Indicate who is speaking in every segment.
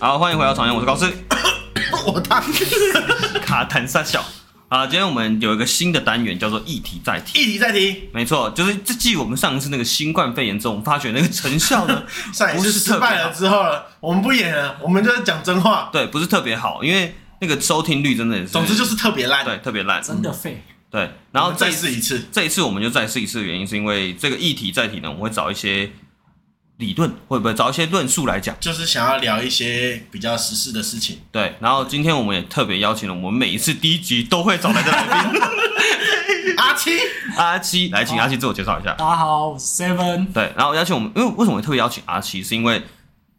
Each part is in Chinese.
Speaker 1: 好，欢迎回到床上，我是高斯。
Speaker 2: 我当
Speaker 1: 卡坦萨小啊，今天我们有一个新的单元叫做议题载体。
Speaker 2: 一题再提，
Speaker 1: 没错，就是这继我们上次那个新冠肺炎之后，我们发觉那个成效 呢，
Speaker 2: 算
Speaker 1: 不
Speaker 2: 也
Speaker 1: 是
Speaker 2: 是
Speaker 1: 特
Speaker 2: 失
Speaker 1: 别
Speaker 2: 败
Speaker 1: 好
Speaker 2: 了之后了，我们不演了，我们就是讲真话。
Speaker 1: 对，不是特别好，因为那个收听率真的也是，
Speaker 2: 总之就是特别烂。
Speaker 1: 对特别烂。
Speaker 3: 真的废。
Speaker 1: 对，然
Speaker 2: 我
Speaker 1: 后
Speaker 2: 们
Speaker 1: 这
Speaker 2: 再
Speaker 1: 一次
Speaker 2: 试一次，
Speaker 1: 这一次我们就再试一次的原因，是因为这个议题载体呢，我们会找一些理论，会不会找一些论述来讲？
Speaker 2: 就是想要聊一些比较时事的事情。
Speaker 1: 对，然后今天我们也特别邀请了我们每一次第一集都会找来的来宾嗯
Speaker 2: 阿七，
Speaker 1: 阿七，来请阿七自我介绍一下。
Speaker 3: 大家好，我是 Seven，
Speaker 1: 对，然后邀请我们，因为为什么会特别邀请阿七，是因为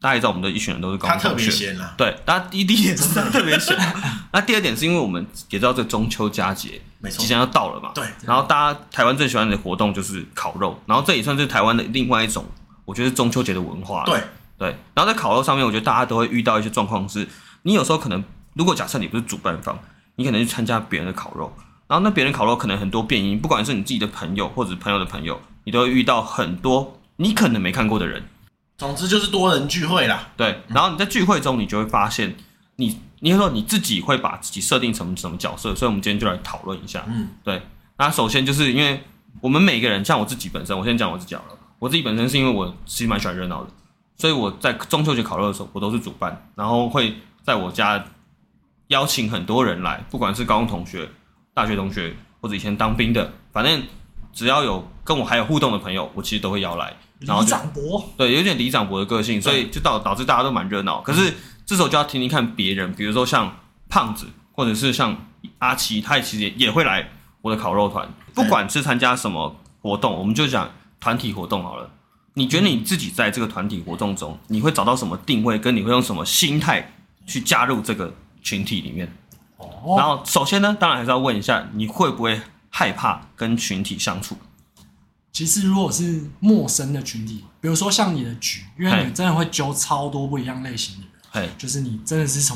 Speaker 1: 大家也知道我们的一群人都是高
Speaker 2: 他
Speaker 1: 中
Speaker 2: 特
Speaker 1: 同
Speaker 2: 别
Speaker 1: 学。
Speaker 2: 闲啦，
Speaker 1: 对，大家第一点是他特别闲。 那第二点是因为我们也知道这中秋佳节
Speaker 2: 没错
Speaker 1: 即将要到了嘛，
Speaker 2: 对
Speaker 1: 然后大家台湾最喜欢的活动就是烤肉，然后这也算是台湾的另外一种，我觉得是中秋节的文化。
Speaker 2: 对，
Speaker 1: 对，然后在烤肉上面，我觉得大家都会遇到一些状况是，你有时候可能，如果假设你不是主办方，你可能去参加别人的烤肉，然后那别人烤肉可能很多变音，不管是你自己的朋友或者朋友的朋友，你都会遇到很多你可能没看过的人。
Speaker 2: 总之就是多人聚会啦。
Speaker 1: 对，然后你在聚会中，你就会发现你，你会说你自己会把自己设定成什么角色，所以我们今天就来讨论一下。
Speaker 2: 嗯，
Speaker 1: 对。那首先就是因为我们每个人，像我自己本身，我先讲我自己好了。我自己本身是因为我其实蛮喜欢热闹的，所以我在中秋节烤肉的时候，我都是主办，然后会在我家邀请很多人来，不管是高中同学、大学同学，或者以前当兵的，反正只要有跟我还有互动的朋友，我其实都会邀来。
Speaker 3: 李
Speaker 1: 然后就
Speaker 3: 长博，
Speaker 1: 对，有嗯点里长伯的个性，所以就导导致大家都蛮热闹。可是这时候就要听听看别人，比如说像胖子，或者是像阿奇，他其实也也会来我的烤肉团。不管是参加什么活动，我们就讲团体活动好了。你觉得你自己在这个团体活动中，你会找到什么定位，跟你会用什么心态去加入这个群体里面？然
Speaker 3: 哦，
Speaker 1: 后首先呢，当然还是要问一下，你会不会害怕跟群体相处？
Speaker 3: 其实如果是陌生的群体，比如说像你的局，因为
Speaker 1: 嘿
Speaker 3: 你真的会揪超多不一样类型的人，
Speaker 1: 嘿，
Speaker 3: 就是你真的是从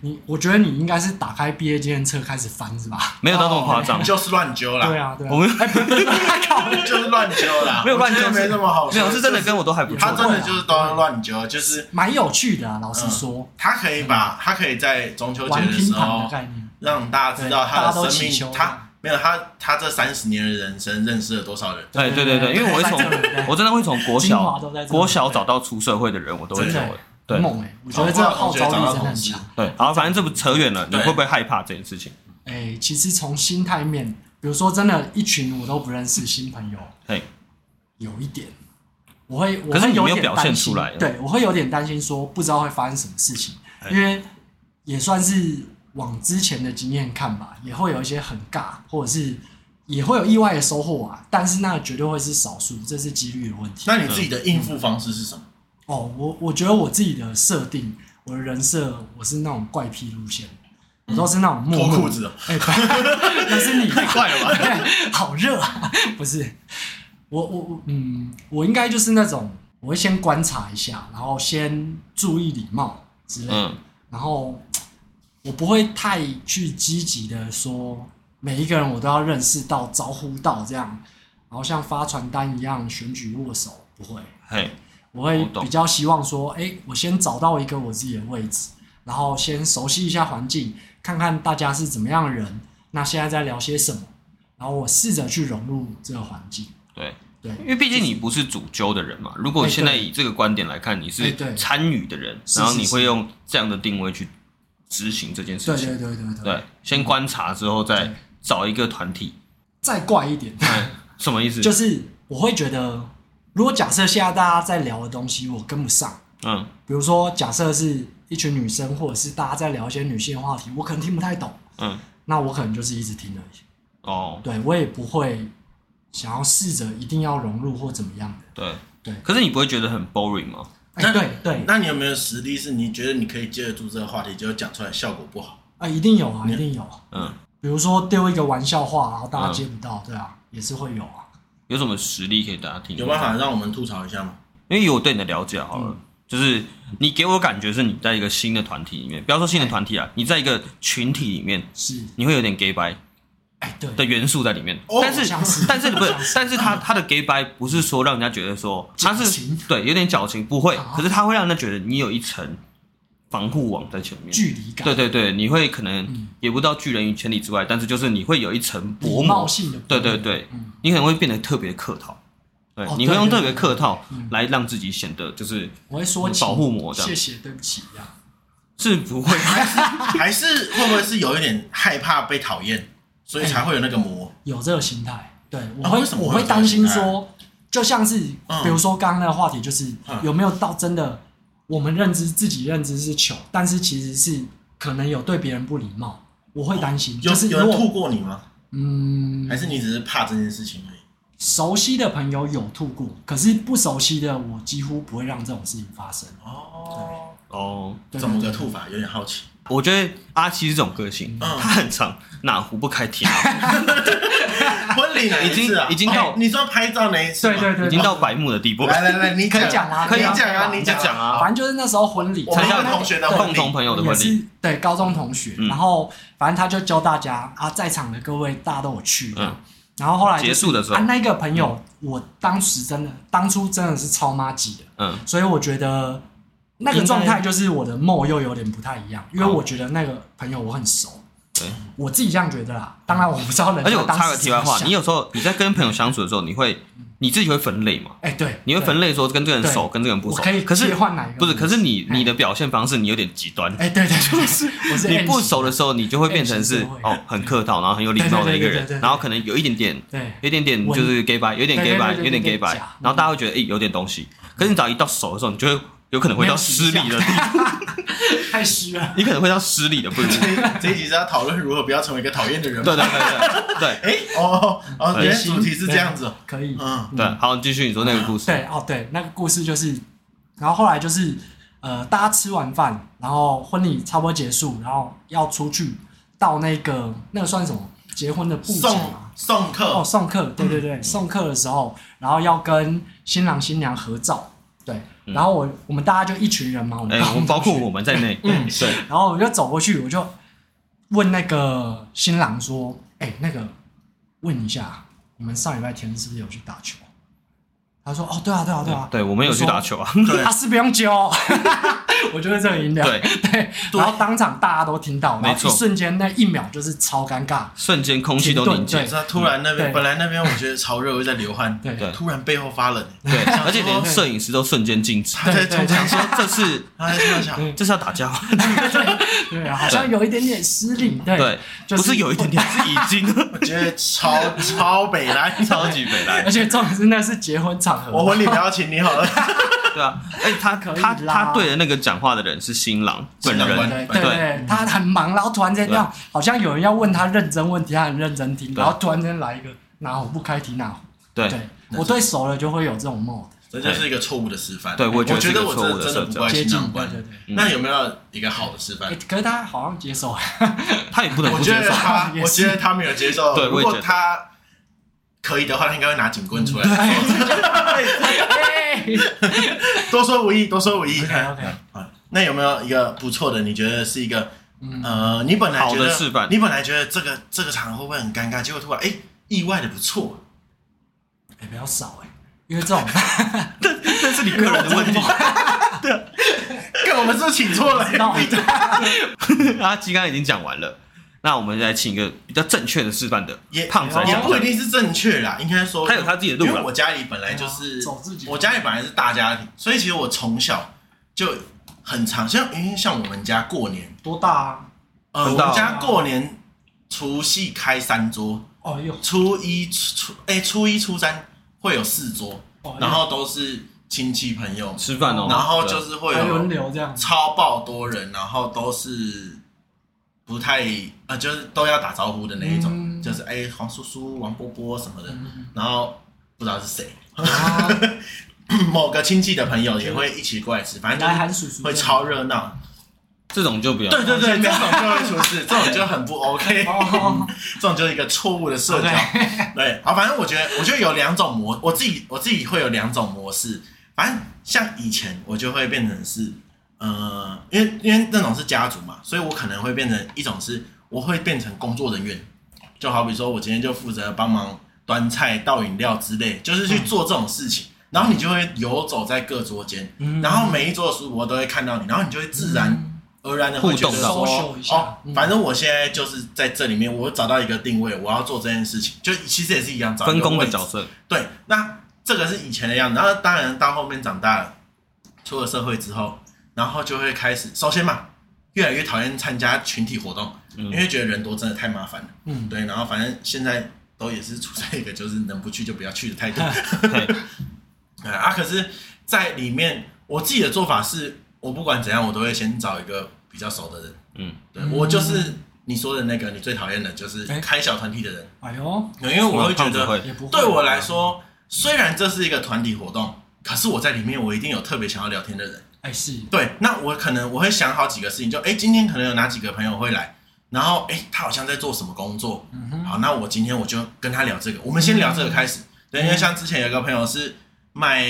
Speaker 3: 你，我觉得你应该是打开毕业纪念册开始翻是吧？
Speaker 1: 没有到那么夸张，
Speaker 2: 就是乱揪啦，
Speaker 3: 对啊，对啊，
Speaker 1: 我们
Speaker 3: 哎，不不不靠
Speaker 2: 就是乱揪啦，
Speaker 1: 没有乱揪
Speaker 2: 我觉得没那么好
Speaker 1: 没
Speaker 2: 笑，
Speaker 1: 有是真的
Speaker 2: 就
Speaker 1: 跟我都还不错。
Speaker 2: 他真的就是都乱揪，就是
Speaker 3: 蛮有趣的啊，老实说，
Speaker 2: 他可以把他可以在中秋节
Speaker 3: 玩
Speaker 2: 的
Speaker 3: 拼
Speaker 2: 时
Speaker 3: 盘的
Speaker 2: 候
Speaker 3: 概念，
Speaker 2: 让大家知道他的生
Speaker 3: 对大家都祈
Speaker 2: 命，
Speaker 3: 求
Speaker 2: 他没有他他这三十年的人生认识了多少人，
Speaker 1: 哎，对对对，因为我会从
Speaker 3: 在这里
Speaker 1: 我真的会从国
Speaker 3: 精华
Speaker 1: 小
Speaker 3: 都在这里
Speaker 1: 国小找到出社会的人，我都会
Speaker 3: 真
Speaker 1: 成
Speaker 3: 的
Speaker 1: 为。对
Speaker 3: 很猛哎，我觉得这个号召力真的很强。
Speaker 1: 对，好，反正这不扯远了，你
Speaker 2: 对
Speaker 1: 会不会害怕这件事情？
Speaker 3: 哎、其实从心态面，比如说真的，一群我都不认识新朋友，
Speaker 1: 嘿，
Speaker 3: 有一点，我会，我
Speaker 1: 可是
Speaker 3: 会
Speaker 1: 你没有
Speaker 3: 点
Speaker 1: 表
Speaker 3: 担
Speaker 1: 现
Speaker 3: 心
Speaker 1: 出来啊哎
Speaker 3: 对我会有点担心，说不知道会发生什么事情，因为也算是往之前的经验看吧，也会有一些很尬，或者是也会有意外的收获啊，但是那绝对会是少数，这是几率的问题。
Speaker 2: 那你自己的应付方式是什么？
Speaker 3: 哦，我我觉得我自己的设定，我的人设，我是那种怪癖路线，我都是那种默
Speaker 2: 脱
Speaker 3: 默
Speaker 2: 裤子哦，
Speaker 3: 哎、 那是你
Speaker 2: 太快了吧！
Speaker 3: 对 好热啊！ 不是，我我我，嗯，我应该就是那种，我会先观察一下，然后先注意礼貌之类的，
Speaker 1: 嗯，
Speaker 3: 然后我不会太去积极的说每一个人我都要认识到、招呼到这样，然后像发传单一样选举握手，不会，
Speaker 1: 嘿，
Speaker 3: 我会
Speaker 1: 我懂
Speaker 3: 比较希望说，哎、我先找到一个我自己的位置，然后先熟悉一下环境，看看大家是怎么样的人，那现在在聊些什么，然后我试着去融入这个环境。
Speaker 1: 对，
Speaker 3: 对，
Speaker 1: 因为毕竟你不是主揪的人嘛。如果
Speaker 3: 哎
Speaker 1: 现在
Speaker 3: 对
Speaker 1: 以这个观点来看，你
Speaker 3: 哎
Speaker 1: 是
Speaker 3: 对
Speaker 1: 参与的人，
Speaker 3: 是
Speaker 1: 然后你
Speaker 3: 是
Speaker 1: 会用这样的定位去执行这件事
Speaker 3: 对对
Speaker 1: 情。
Speaker 3: 对对对，
Speaker 1: 对，先观察之后再找一个团体，
Speaker 3: 再怪一点，
Speaker 1: 哎什么意思？
Speaker 3: 就是我会觉得，如果假设现在大家在聊的东西我跟不上，
Speaker 1: 嗯，
Speaker 3: 比如说假设是一群女生，或者是大家在聊一些女性的话题，我可能听不太懂，
Speaker 1: 嗯，
Speaker 3: 那我可能就是一直听而已。
Speaker 1: 哦，
Speaker 3: 对我也不会想要试着一定要融入或怎么样的。
Speaker 1: 对，
Speaker 3: 对
Speaker 1: 可是你不会觉得很 boring 吗？
Speaker 3: 哎、
Speaker 2: 那
Speaker 3: 对对，
Speaker 2: 那你有没有实力是你觉得你可以接得住这个话题，结果讲出来效果不好？
Speaker 3: 啊，一定有啊，
Speaker 2: 你
Speaker 3: 一定有。
Speaker 1: 嗯，
Speaker 3: 比如说丢一个玩笑话，然后大家
Speaker 1: 嗯
Speaker 3: 接不到，对啊，也是会有啊。
Speaker 1: 有什么实力可以大家听？
Speaker 2: 有办法让嗯我们吐槽一下吗？
Speaker 1: 因为以我对你的了解好了，就是你给我感觉是你在一个新的团体里面，不要说新的团
Speaker 2: 嗯
Speaker 1: 体啊，你在一个群体里面，
Speaker 3: 是，
Speaker 1: 你会有点 gay 白
Speaker 3: 哎、对，
Speaker 1: 的元素在里面。
Speaker 2: 哦
Speaker 1: 但
Speaker 3: 像
Speaker 1: 是
Speaker 3: 是
Speaker 1: 但是不是
Speaker 3: 像，是
Speaker 1: 但是他他的 gay 白不是说让人家觉得说他
Speaker 3: 矫
Speaker 1: 是
Speaker 3: 情
Speaker 1: 对有点矫情，不会
Speaker 3: 啊，
Speaker 1: 可是他会让人家觉得你有一层防护网在前面。
Speaker 3: 距离感，
Speaker 1: 对对对，你会可
Speaker 2: 嗯
Speaker 1: 能也不到拒人于千里之外，但是就是你会有一层薄
Speaker 3: 礼貌
Speaker 1: 膜，
Speaker 3: 性的，
Speaker 1: 对对，对
Speaker 3: 嗯，
Speaker 1: 你可能会变得特别客套，对
Speaker 3: 哦，
Speaker 1: 你会
Speaker 3: 对
Speaker 1: 用
Speaker 3: 对
Speaker 1: 特别
Speaker 3: 对
Speaker 1: 客套
Speaker 3: 嗯
Speaker 1: 来让自己显得就是
Speaker 3: 我会说
Speaker 1: 保护膜这
Speaker 3: 请谢
Speaker 1: 样，
Speaker 3: 谢，对不起这样。
Speaker 1: 是不会，
Speaker 2: 还是会不会是有一点害怕被讨厌，所以才会有那个魔？
Speaker 3: 有这个心态。对，我会、
Speaker 2: 为什么会有
Speaker 3: 我会担心
Speaker 2: 这个
Speaker 3: 说，就像是
Speaker 2: 嗯
Speaker 3: 比如说刚刚那个话题，就是、
Speaker 2: 嗯
Speaker 3: 有没有到真的我们认知自己认知是糗，但是其实是可能有对别人不礼貌，我会担心。
Speaker 2: 有
Speaker 3: 就是
Speaker 2: 有
Speaker 3: 如
Speaker 2: 人
Speaker 3: 果
Speaker 2: 吐过你吗？
Speaker 3: 嗯
Speaker 2: 还是你只是怕这件事情而已？
Speaker 3: 熟悉的朋友有吐过，可是不熟悉的我几乎不会让这种事情发生。
Speaker 2: 哦，
Speaker 1: 哦，
Speaker 3: 对
Speaker 2: 怎么个？吐法？有点好奇。
Speaker 1: 我觉得阿七是这种个性，
Speaker 2: 嗯
Speaker 1: 他很常哪壶不开啊提哪 壶，
Speaker 2: 婚礼哪一次啊？
Speaker 1: 已经已经到
Speaker 2: 哦你说拍照那一次
Speaker 3: 对
Speaker 2: 吗？
Speaker 3: 对对对，
Speaker 1: 已经到白目的地 步。
Speaker 2: 来来来，你
Speaker 3: 可以讲吗
Speaker 2: 可以
Speaker 3: 可以
Speaker 2: 讲啊，
Speaker 3: 讲
Speaker 2: 你
Speaker 1: 你讲
Speaker 2: 讲
Speaker 1: 啊
Speaker 3: 反正就是那时候婚礼，
Speaker 2: 我们
Speaker 1: 参加
Speaker 2: 有同学的婚
Speaker 1: 共
Speaker 2: 礼，
Speaker 1: 同朋友的婚
Speaker 3: 也
Speaker 1: 礼，
Speaker 3: 是对高中同学，
Speaker 1: 嗯
Speaker 3: 然后反正他就教大家啊，在场的各位大家都有去，
Speaker 1: 嗯
Speaker 3: 然后后来、就是、
Speaker 1: 结束的时候嗯
Speaker 3: 啊，那个朋友、我当时真的当初真的是超妈级的，
Speaker 1: 嗯，
Speaker 3: 所以我觉得那个状态就是我的梦又有点不太一样，因为我觉得那个朋友我很熟，
Speaker 1: 嗯对。
Speaker 3: 我自己这样觉得啦，当然我不知道人
Speaker 1: 而且
Speaker 3: 家
Speaker 1: 我
Speaker 3: 当
Speaker 1: 插
Speaker 3: 时
Speaker 1: 个
Speaker 3: 怎
Speaker 1: 题
Speaker 3: 么
Speaker 1: 外话，
Speaker 3: 想
Speaker 1: 你有时候你在跟朋友相处的时候，你会你自己会分类嘛？
Speaker 3: 哎、对，
Speaker 1: 你会分
Speaker 3: 类，
Speaker 1: 类说跟这个人熟，
Speaker 3: 对
Speaker 1: 跟这个人不
Speaker 3: 我
Speaker 1: 熟
Speaker 3: 可以。
Speaker 1: 可是
Speaker 3: 切换哪一个
Speaker 1: 不是？可是你
Speaker 3: 哎
Speaker 1: 你的表现方式你有点极端。
Speaker 3: 哎、对对对， 就是我是
Speaker 1: 你
Speaker 3: N
Speaker 1: 不
Speaker 3: 型
Speaker 1: 熟的时候，你就会变成
Speaker 3: N
Speaker 1: 是
Speaker 3: 型社会
Speaker 1: 哦很客套，然后很有礼貌的一个
Speaker 3: 对对对对对
Speaker 1: 人
Speaker 3: 对，
Speaker 1: 然后可能有一点点
Speaker 3: 对
Speaker 1: 有一点点就是 gay 白，有点
Speaker 3: 对
Speaker 1: gay 白，
Speaker 3: 对对对
Speaker 1: 有点
Speaker 3: 对
Speaker 1: gay 白
Speaker 3: 假，
Speaker 1: 然后大家会觉得诶有点东西。可是你只要一到熟的时候，你就会有可能会
Speaker 3: 没有
Speaker 1: 到失礼的地步，
Speaker 3: 太虚了，
Speaker 1: 你 可能会到失礼的 部分。
Speaker 2: 这一集是要讨论如何不要成为一个讨厌的人吗。
Speaker 1: 对对对对对
Speaker 2: 哎，哦哦，
Speaker 1: 对
Speaker 2: 原来主题是这样子哦。
Speaker 3: 可以，
Speaker 2: 嗯，
Speaker 1: 对，好，你继续你说那个故 事。
Speaker 3: 对，哦，对，那个故事就是，然后后来就是，呃，大家吃完饭，然后婚礼差不多结束，然后要出去到那个那个算什么结婚的布景
Speaker 2: 送
Speaker 3: 啊？
Speaker 2: 送
Speaker 3: 哦，
Speaker 2: 客，
Speaker 3: 送客，对对
Speaker 1: 嗯
Speaker 3: 对，送客的时候，然后要跟新郎新娘合照，对，然后我我们大家就一群人嘛，我
Speaker 1: 哎，
Speaker 3: 们
Speaker 1: 嗯
Speaker 3: 高
Speaker 1: 我们
Speaker 3: 中
Speaker 1: 包括
Speaker 3: 同学
Speaker 1: 我们在内，嗯，对，
Speaker 3: 然后我就走过去，我就问那个新郎说：“哎、那个问一下，你们上礼拜天是不是有去打球？”他说：“哦，对啊，对啊，对啊。”
Speaker 1: 对，我们有去
Speaker 3: 我说
Speaker 1: 打球啊，
Speaker 2: 对
Speaker 3: 啊，是不用揪 哦，我就是这个音量。
Speaker 1: 对
Speaker 3: 对，然后当场大家都听到，然
Speaker 1: 没
Speaker 3: 后
Speaker 1: 错
Speaker 3: 一瞬间那一秒就是超尴尬。
Speaker 1: 瞬间空气都凝结
Speaker 3: 停。顿
Speaker 2: 是啊突然那边
Speaker 3: 对
Speaker 2: 本来那边我觉得超热，我在流汗，
Speaker 3: 对
Speaker 1: 对
Speaker 2: 突然背后发冷，
Speaker 1: 对，
Speaker 2: 想
Speaker 1: 而且连
Speaker 2: 说
Speaker 1: 摄影师都瞬间静止。
Speaker 2: 他在
Speaker 3: 对
Speaker 2: 中
Speaker 3: 对对
Speaker 2: 间
Speaker 1: 想说这是
Speaker 2: 他在中想，
Speaker 1: 这是要打架吗？
Speaker 3: 对，啊好像有一点点失礼。对，
Speaker 1: 对，
Speaker 3: 就
Speaker 1: 不是有一点点，是已经，
Speaker 2: 我觉得超超北来
Speaker 1: 超级北来
Speaker 3: 而，且重点是那是结婚场合，
Speaker 2: 我婚礼不要请你好了，
Speaker 1: 对啊。而且他
Speaker 3: 可以
Speaker 1: 他
Speaker 3: 啦
Speaker 1: 他对的那个讲话的人是新郎本
Speaker 2: 新郎
Speaker 1: 人，
Speaker 2: 本
Speaker 3: 对对
Speaker 1: 对
Speaker 3: 对，他很忙，然后突然间这样，好像有人要问他认真问题，他很认真听，
Speaker 1: 对
Speaker 3: 然后突然间来一个哪壶不开提哪壶。
Speaker 1: 对
Speaker 3: 对，我对熟了就会有这种 mode
Speaker 2: 这就是一个错误的示范。
Speaker 1: 对我
Speaker 2: 我
Speaker 1: 觉得是一
Speaker 2: 觉
Speaker 1: 个
Speaker 2: 得我真
Speaker 1: 错误的
Speaker 2: 的真的
Speaker 1: 示范
Speaker 2: 不怪
Speaker 3: 接
Speaker 2: 新
Speaker 3: 近
Speaker 2: 郎，
Speaker 3: 对
Speaker 2: 官。
Speaker 3: 对对。
Speaker 2: 那有没有一个好的示范
Speaker 3: 哎？可是他好像接受，
Speaker 1: 他也不能
Speaker 2: 我
Speaker 1: 不
Speaker 2: 觉
Speaker 1: 接
Speaker 2: 得
Speaker 1: 受。
Speaker 2: 他，
Speaker 3: 哎也是
Speaker 2: 我觉得他没有接受。
Speaker 1: 对
Speaker 2: 如
Speaker 1: 我也觉得
Speaker 2: 果他可以的话，他应该会拿警棍出来， 多说无益，多说无益。
Speaker 3: OK，OK 哎
Speaker 2: 嗯那有没有一个不错的？你觉得是一个
Speaker 3: 嗯
Speaker 2: 呃，你本来觉
Speaker 1: 好的示
Speaker 2: 得
Speaker 1: 范
Speaker 2: 你本来觉得这个这个场合会不会很尴尬？结果突然哎，意外的不错。
Speaker 3: 也比较少哎，因为这种
Speaker 1: 这是你个人 的问题。
Speaker 2: 啊看我们是不是请错 了，
Speaker 3: 那我
Speaker 1: 阿基刚刚已经讲完了，那我们来请一个比较正确的示范的
Speaker 2: 也
Speaker 1: 胖子来
Speaker 2: 也
Speaker 1: 讲一
Speaker 2: 不一
Speaker 1: 下。
Speaker 2: 定是正确啦，应该说
Speaker 1: 他有他自己的
Speaker 2: 因
Speaker 1: 路啊
Speaker 2: 为
Speaker 1: 了
Speaker 2: 我，家里本来啊就是
Speaker 3: 走自己的路
Speaker 2: 我家里本来是大家庭，所以其实我从小就很常像，因为像我们家过年，
Speaker 3: 多大 啊？
Speaker 2: 呃，
Speaker 1: 很
Speaker 2: 我
Speaker 1: 大哦
Speaker 2: 们家过年除夕开三桌，
Speaker 3: 哦哟，
Speaker 2: 初一初哎、初一初三会有四桌，
Speaker 3: 哦
Speaker 2: 然后都是亲戚朋友，
Speaker 1: 吃饭哦。
Speaker 2: 然后就
Speaker 1: 对
Speaker 2: 是会
Speaker 3: 还轮
Speaker 2: 有
Speaker 3: 流这样子，
Speaker 2: 超爆多人，然后都是不太啊，就是都要打招呼的那一种，
Speaker 3: 嗯
Speaker 2: 就是哎、黄叔叔、王波波什么的，
Speaker 3: 嗯
Speaker 2: 然后不知道是谁，
Speaker 3: 啊，
Speaker 2: 某个亲戚的朋友也会一起过来吃，反
Speaker 3: 来
Speaker 2: 正
Speaker 3: 喊
Speaker 2: 就
Speaker 3: 叔叔
Speaker 2: 是会超热闹。
Speaker 1: 这种就不要。
Speaker 2: 对对对， 这种就会出事，这种就很不 OK，
Speaker 3: 哦，
Speaker 2: 这种就是一个错误的社交
Speaker 3: OK。
Speaker 2: 对，好，反正我觉得，我觉得有两种模，我自己我自己会有两种模式。反正像以前我就会变成是，呃，因为因为那种是家族嘛，所以我可能会变成一种是，我会变成工作人员，就好比说我今天就负责帮忙端菜、倒饮料之类，就是去做这种事情。然后你就会游走在各桌间，
Speaker 3: 嗯
Speaker 2: 然后每一桌的叔伯都会看到你，然后你就会自然而然的会觉得
Speaker 1: 互
Speaker 2: 说
Speaker 1: 动
Speaker 3: 到搜寻一下
Speaker 2: 哦
Speaker 3: 嗯，
Speaker 2: 反正我现在就是在这里面，我找到一个定位，我要做这件事情，就其实也是一样找一个
Speaker 1: 分工的
Speaker 2: 位置
Speaker 1: 角色，
Speaker 2: 对，那这个是以前的样子。然后当然到后面长大了，出了社会之后，然后就会开始，首先嘛，越来越讨厌参加群体活动，
Speaker 1: 嗯
Speaker 2: 因为觉得人多真的太麻烦了。
Speaker 3: 嗯，
Speaker 2: 对，然后反正现在都也是处在一个就是能不去就不要去的 态度。
Speaker 1: 对，
Speaker 2: 哎啊，可是，在里面我自己的做法是，我不管怎样，我都会先找一个比较熟的人。
Speaker 1: 嗯，
Speaker 2: 对、
Speaker 3: 嗯
Speaker 2: 我就是你说的那个，你最讨厌的就是
Speaker 3: 哎
Speaker 2: 开小团体的人，
Speaker 3: 哎呦，
Speaker 2: 对因为我会觉
Speaker 1: 胖子
Speaker 2: 得。
Speaker 1: 会，
Speaker 3: 也不会啊
Speaker 2: 对我来，说，虽然这是一个团体活动，可是我在里面我一定有特别想要聊天的人。
Speaker 3: 哎是，
Speaker 2: 对，那我可能我会想好几个事情，就哎，诶今天可能有哪几个朋友会来，然后哎，诶他好像在做什么工作，
Speaker 3: 嗯哼，
Speaker 2: 好，那我今天我就跟他聊这个，我们先聊这个开始。对，因为像之前有一个朋友是卖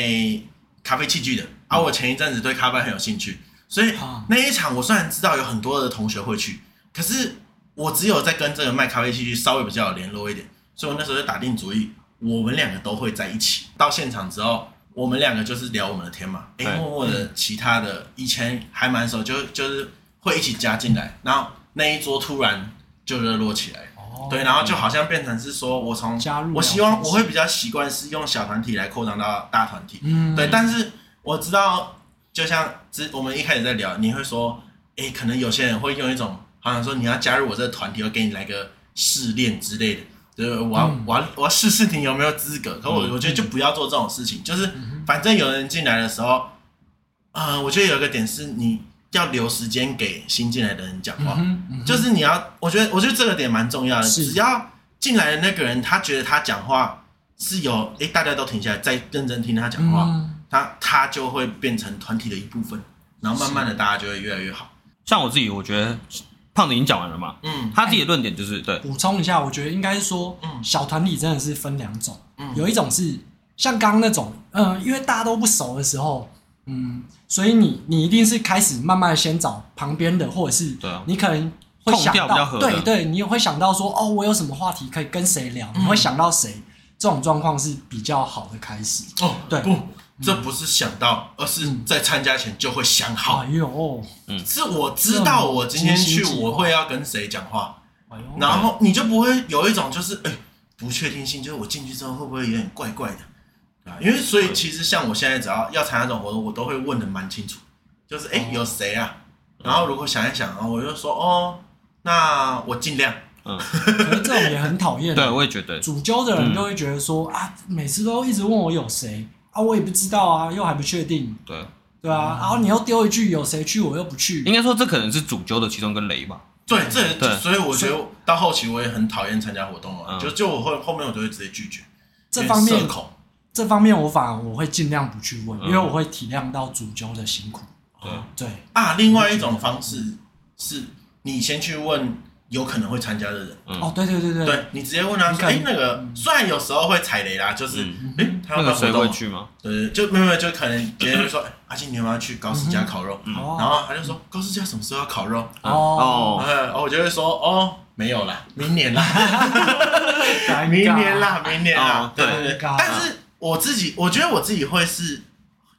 Speaker 2: 咖啡器具的，啊，我前一阵子对咖啡很有兴趣，所以
Speaker 3: 啊
Speaker 2: 那一场我虽然知道有很多的同学会去，可是我只有在跟这个卖咖啡器具稍微比较有联络一点，所以我那时候就打定主意，我们两个都会在一起。到现场之后，我们两个就是聊我们的天嘛，诶、
Speaker 1: 对
Speaker 2: 默默的其他的以前还蛮熟，就就是会一起加进来，然后那一桌突然就热络起来。
Speaker 3: 哦，
Speaker 2: 对，然后就好像变成是说我从
Speaker 3: 加入
Speaker 2: 我希望
Speaker 3: 了解
Speaker 2: 我会比较习惯是用小团体来扩张到大团体，
Speaker 3: 嗯，
Speaker 2: 对，但是我知道，就像之我们一开始在聊，你会说，诶，可能有些人会用一种好像说你要加入我这个团体，我给你来个试炼之类的，就是我要、
Speaker 3: 嗯
Speaker 2: 我要我要试试你有没有资格。可我、
Speaker 1: 嗯
Speaker 2: 我觉得就不要做这种事情，就是
Speaker 3: 嗯哼
Speaker 2: 反正有人进来的时候，呃，我觉得有一个点是你要留时间给新进来的人讲话。
Speaker 3: 嗯哼，嗯哼
Speaker 2: 就是你要，我觉得我觉得这个点蛮重要的。
Speaker 3: 是
Speaker 2: 只要进来的那个人，他觉得他讲话是有，诶，大家都停下来再认真听他讲话，
Speaker 3: 嗯
Speaker 2: 他他就会变成团体的一部分，然后慢慢的大家就会越来越好。
Speaker 1: 像我自己，我觉得胖子已经讲完了嘛，
Speaker 2: 嗯
Speaker 1: 他自己的论点就是对，
Speaker 3: 补充一下，我觉得应该是说，
Speaker 2: 嗯
Speaker 3: 小团体真的是分两种，
Speaker 2: 嗯，
Speaker 3: 有一种是像刚刚那种，嗯、因为大家都不熟的时候，嗯，所以你你一定是开始慢慢地先找旁边的，或者是
Speaker 1: 对啊
Speaker 3: 你可能会
Speaker 1: 空
Speaker 3: 想
Speaker 1: 调比较
Speaker 3: 到，
Speaker 1: 合的
Speaker 3: 对对，你也会想到说，哦，我有什么话题可以跟谁聊，
Speaker 2: 嗯
Speaker 3: 你会想到谁，这种状况是比较好的开始。
Speaker 2: 哦，
Speaker 3: 对嗯
Speaker 2: 不，这不是想到，而是在参加前就会想好
Speaker 3: 哎。呦，
Speaker 2: 是我知道我今天去我会要跟谁讲话，
Speaker 3: 哎呦，
Speaker 2: 然后你就不会有一种就是哎、不确定性，就是我进去之后会不会有点怪怪的，对吧？因为所以其实像我现在只要要参加这种活动，我都会问的蛮清楚，就是哎、
Speaker 3: 哦嗯
Speaker 2: 有谁啊？然后如果想一想啊，我就说哦，那我尽量
Speaker 1: 嗯，
Speaker 3: 可是这种也很讨
Speaker 2: 哎
Speaker 3: 厌啊。
Speaker 1: 对，我嗯也觉得，
Speaker 3: 主揪的人就会觉得说、啊，每次都一直问我有谁啊，我也不知道啊，又还不确定，
Speaker 1: 对，
Speaker 3: 对
Speaker 2: 嗯
Speaker 3: 啊，然后你又丢一句有谁去，我又不去，
Speaker 1: 应该说这可能是主揪的其中一个雷吧，
Speaker 2: 对，这
Speaker 3: 嗯
Speaker 2: 也
Speaker 1: 对
Speaker 2: 所以我觉得到后期我也很讨厌参加活动了，
Speaker 1: 嗯
Speaker 2: 就就我会后面我就会直接拒绝
Speaker 3: 这方面
Speaker 2: 因为社恐，
Speaker 3: 这方面我反而我会尽量不去问，
Speaker 1: 嗯
Speaker 3: 因为我会体谅到主揪的辛苦。
Speaker 1: 对
Speaker 2: 哦
Speaker 3: 对，
Speaker 2: 啊。另外一种方
Speaker 3: 嗯
Speaker 2: 式是你先去问有可能会参加的人。
Speaker 1: 嗯
Speaker 3: 哦，对对对对，
Speaker 2: 对你直接问他
Speaker 3: 你
Speaker 2: 说：“
Speaker 3: 可能
Speaker 2: 哎，那个虽然有时候会踩雷啦，就是
Speaker 1: 嗯，
Speaker 2: 哎，诶
Speaker 1: 那
Speaker 2: 他要办
Speaker 1: 个
Speaker 2: 活
Speaker 1: 谁
Speaker 2: 动
Speaker 1: 会
Speaker 2: 啊，
Speaker 1: 去吗？
Speaker 2: 对，就没有没有，就可能别人就说：‘哎 阿金，你有没有要去高士家烤肉？’
Speaker 3: 哦，
Speaker 2: 然后他就说：‘高士家什么时候要烤肉？’
Speaker 1: 嗯
Speaker 3: 哦
Speaker 1: 哦，
Speaker 2: 哎，然后我就会说：‘哦，没有啦，明 年
Speaker 1: Oh
Speaker 2: 啦，
Speaker 3: 尴尬
Speaker 2: 明年，啦，明年啦
Speaker 1: 哦。’
Speaker 2: 对
Speaker 1: 对
Speaker 2: 对对
Speaker 3: 尴尬。
Speaker 2: 但是我自己，我觉得我自己会是，